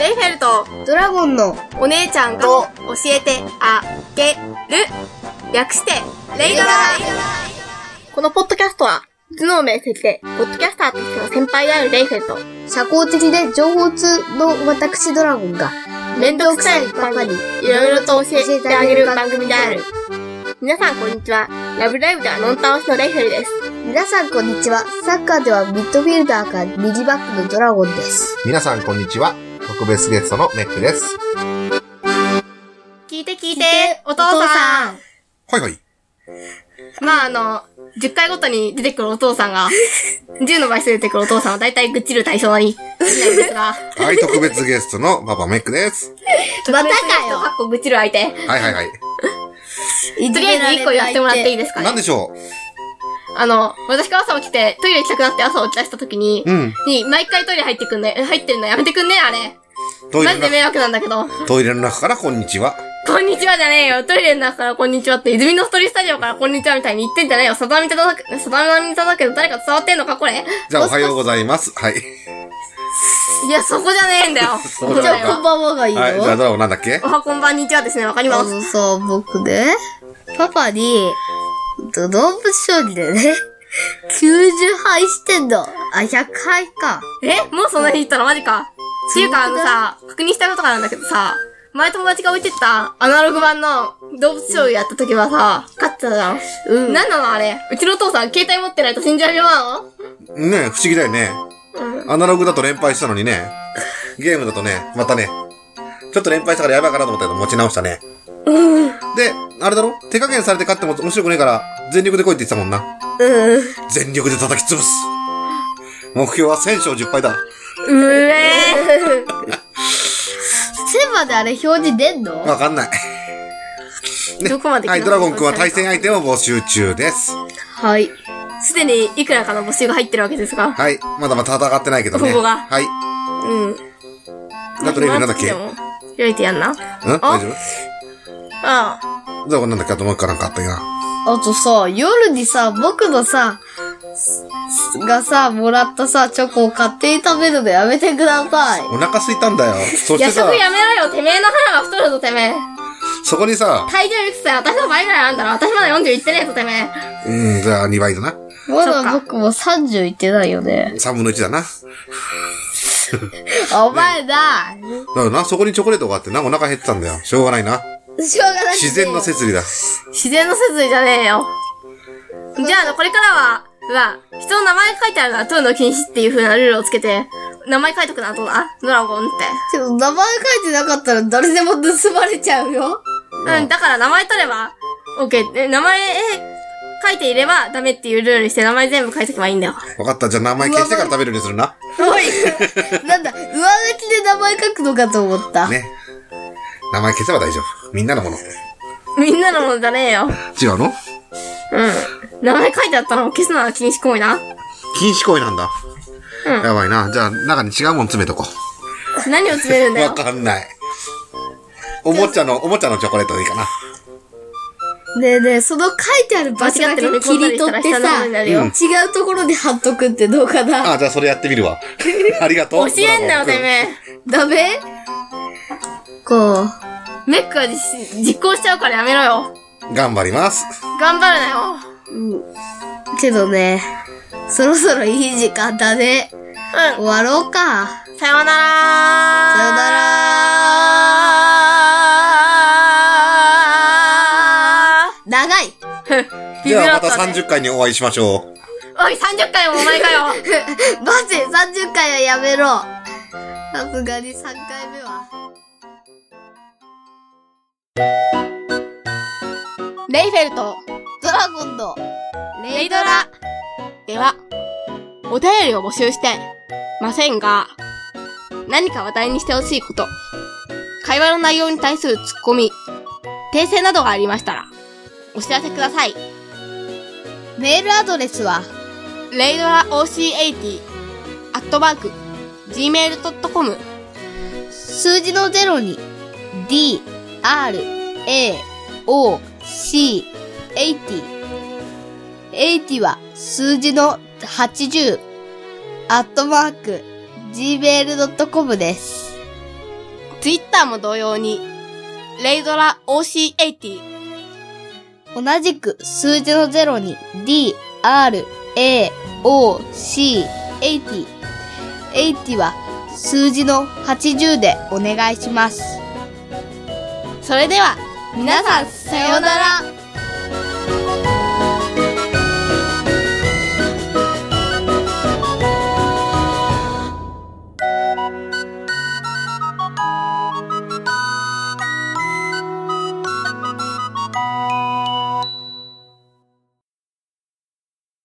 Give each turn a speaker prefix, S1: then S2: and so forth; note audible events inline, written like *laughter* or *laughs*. S1: イフェルト
S2: ドラゴンの
S1: お姉ちゃんが
S2: と
S1: 教えてあげる略してレイドラこのポッドキャストは頭脳明晰でポッドキャスターとしての先輩であるレイフェルト
S2: 社交的で情報通の私ドラゴンが
S1: 面倒くさいパパにいろいろと教えてあげる番組である皆さんこんにちはラブライブではノンタオスのレイフェルです
S2: 皆さんこんにちはサッカーではミッドフィルダーか右バックのドラゴンです
S3: 皆さんこんにちは。特別ゲストのメックです。
S1: 聞いて聞い
S2: てお父さん
S3: はいはい。
S1: まああの、10回ごとに出てくるお父さん
S3: *laughs*
S1: が、10の倍数出てくるお父さんは大体愚痴る対象になるんですが、
S3: *laughs* はい、特別ゲストのパパメックです。
S2: またかよ
S1: かっこ愚痴る相手。
S3: はいはいはい。
S1: とりあえず1個やってもらっていい
S2: で
S1: ですか
S3: なん
S1: ね。
S3: でしょ
S1: あの、私が朝起きて、トイレ行きたくなって朝起き出した時に、
S3: ううん。
S1: に、毎回トイレ入ってくんね、入ってるのやめてくんね、あれ。
S3: トイ
S1: マ
S3: レ
S1: ジで
S3: の中
S1: 迷惑なんだけど。
S3: トイレの中からこんにちは。
S1: こんにちはじゃねえよ。トイレの中からこんにちはって、泉のストリースタジオからこんにちはみたいに言ってんじゃねえよ。さだみただ、さだみただけど誰か伝わってんのか、これ。
S3: じゃあおはようございます。はい。
S1: いや、そこじゃねえん
S3: *laughs*
S1: だよ。そこ
S3: う
S1: だ
S3: だ
S1: よ
S3: よ
S2: じゃあこんばんはがいいよ、
S3: はい、じゃあドラゴンなんだっけ
S1: おはこんばんにちはですね、わかりま
S2: あ
S1: す。
S2: のさ、僕ね、パパに、ど動物将棋でね、90敗してんの。あ、100敗か。
S1: えもうそんな日行ったらマジか。っていうか、あ
S2: そ
S1: の
S2: うだ
S1: さ、確認したことがあるんだけどさ、前友達が置いてったアナログ版の動物ショーやった時はさ、勝ってたじゃん。
S2: うん。
S1: なんなのあれ。うちのお父さん、携帯持ってないと死んじゃうよなの
S3: ねえ、不思議だよね。アナログだと連敗したのにね。ゲームだとね、またね。ちょっと連敗したからやばいかなと思ったけど持ち直したね。で、あれだろ手加減されて勝っても面白くねえから、全力で来いって言ってたもんな。
S2: うん。
S3: 全力で叩き潰す。目標は1000勝10敗だ。
S1: うえ
S2: 千まであれ表示出んの
S3: わかんない。
S1: ー。どこまで
S3: はい、ドラゴンくんは対戦相手を募集中です。
S2: はい。
S1: すでにいくらかの募集が入ってるわけですが。
S3: はい、まだまだ戦ってないけどね。
S1: ほぼが
S3: はい。
S1: うん。
S3: あとレイフェルなんだっけん
S1: 開いてやんな。
S3: 大丈
S1: ああ。
S3: 夫ドラゴンなんだっけあともう一個なんかあったよな。
S2: あとさ、夜にさ、僕のさ、すがさ、もらったさ、チョコを勝手に食べるのやめてください。
S3: お腹空いたんだよ。そして
S1: 夜食
S3: さ、
S1: やめろよ、てめえの腹が太るぞ、てめえ。
S3: そこにさ、
S1: 体重いくつだよ私の倍ぐらいあるんだろ。私まだ40いってねえぞ、てめえ。
S3: うん、じゃあ2倍だな。
S2: ま
S1: そっか
S2: だ僕も30いってないよね。
S3: 3分の1だな。
S2: お前だ、
S3: だよな、そこにチョコレートがあってな、お腹減ってたんだよ。しょうがないな。
S2: しょうがない。
S3: 自然の摂理だ。
S1: 自然の摂理じゃねえよ。じゃあ、あの、これからは、は、人の名前書いてあるのは取るの禁止っていう風なルールをつけて、名前書いとくな、どうだドラゴンっ
S2: でも名前書いてなかったら誰でも盗まれちゃ
S1: *laughs*
S2: うよ。
S1: て。うん、だから名前取れば、OK。で、名前、書いていればダメっていうルールにして名前全部書いとけばいいんだよ。
S3: わかった、じゃあ名前消してから食べるようにするな。
S2: おいなんだ、上書きで名前書くのかと思った。
S3: ね。名前消せば大丈夫。みんなのもの。
S1: みんなのものじゃねえよ。
S3: 違うの
S1: うん。名前書いてあったのを消すのは禁止行為な。
S3: 禁止行為なんだ。
S1: うん
S3: やばいな。じゃあ中に違うもん詰めとこう。
S1: 何を詰めるんだ
S3: わ
S1: よ。
S3: かんない。おもちゃの、おもちゃのチョコレートでいいかな。
S2: ねえねえ、その書いてある場所だけ切
S1: 間違っ
S2: り取って
S1: て飲み込んだりしたら下の
S2: さ、
S1: 方になる
S2: 違
S1: よ
S2: うところに貼っとくってどうかな。
S3: あ、じゃあそれやってみ
S1: *laughs*
S3: るわ。ありがと
S1: 教
S3: う。
S1: えんなよ、て
S3: え。
S1: めえ。
S2: ダメこう。
S1: メックは実施実行しちゃうからやめろよ。
S3: 頑張ります。
S1: 頑張るなよ。
S2: けどね、そろそろいい時間だね。
S1: うん。
S2: 終わろうか。
S1: さようなら
S2: さよなら長い
S3: ではまた
S1: 30
S3: 30回にお会いしましょう。
S1: おい、30回もお前かよ
S2: 待って、30回はやめろ。さすがに3回目は。
S1: レイフェルト、
S2: ドラゴンの
S1: レイドラ。では、お便りを募集してませんが、何か話題にしてほしいこと、会話の内容に対するツッコミ、訂正などがありましたら、お知らせください。
S2: メールアドレスは、
S1: レイドラ OC80、アットマーク、gmail.com、
S2: 数字の0に、d, r, a, o, c, 80。80は数字の80、アットマーク、gmail.com です。
S1: ツイッターも同様に、レイドラ OC80。
S2: 同じく数字の0に D, R, A, O, C, 80。80は数字の80でお願いします。
S1: それでは、皆さん、さようなら